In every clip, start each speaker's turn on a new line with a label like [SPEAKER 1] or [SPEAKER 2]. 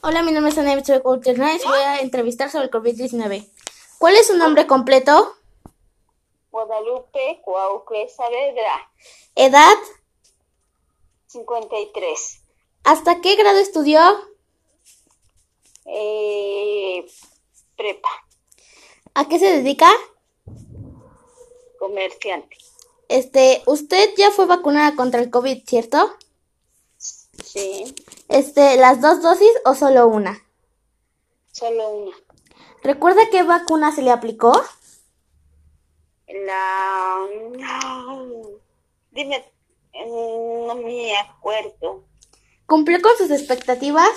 [SPEAKER 1] Hola, mi nombre es Ana Victoria Couto Hernández. Voy a entrevistar sobre el COVID-19. ¿Cuál es su nombre completo?
[SPEAKER 2] Guadalupe Cuaucle Saavedra,
[SPEAKER 1] ¿Edad?
[SPEAKER 2] 53.
[SPEAKER 1] ¿Hasta qué grado estudió?
[SPEAKER 2] Eh, prepa,
[SPEAKER 1] ¿A qué se dedica?
[SPEAKER 2] comerciante.
[SPEAKER 1] Este, usted ya fue vacunada contra el COVID, ¿cierto?
[SPEAKER 2] Sí,
[SPEAKER 1] Este, ¿las dos dosis o solo una?
[SPEAKER 2] solo una.
[SPEAKER 1] ¿Recuerda qué vacuna se le aplicó?
[SPEAKER 2] La... Dime, eh, no me acuerdo.
[SPEAKER 1] ¿Cumplió con sus expectativas?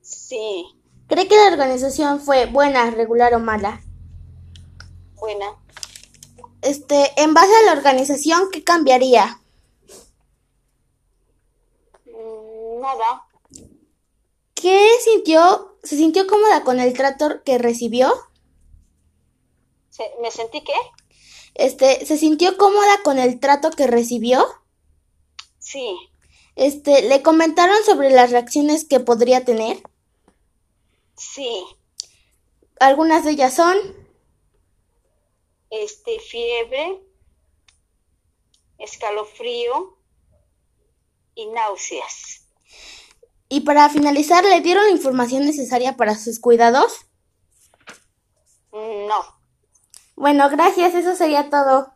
[SPEAKER 2] Sí,
[SPEAKER 1] ¿Cree que la organización fue buena, regular o mala?
[SPEAKER 2] buena.
[SPEAKER 1] Este, en base a la organización, ¿qué cambiaría?
[SPEAKER 2] Mm, Nada,
[SPEAKER 1] ¿Qué sintió? ¿Se sintió cómoda con el trato que recibió?
[SPEAKER 2] Se- ¿me sentí qué?
[SPEAKER 1] Este, ¿se sintió cómoda con el trato que recibió?
[SPEAKER 2] Sí,
[SPEAKER 1] Este, ¿le comentaron sobre las reacciones que podría tener?
[SPEAKER 2] sí.
[SPEAKER 1] Algunas de ellas son
[SPEAKER 2] Este, fiebre, escalofrío y náuseas.
[SPEAKER 1] y para finalizar, ¿le dieron la información necesaria para sus cuidados?
[SPEAKER 2] No.
[SPEAKER 1] Bueno, gracias, eso sería todo.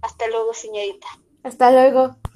[SPEAKER 2] Hasta luego, señorita.
[SPEAKER 1] Hasta luego.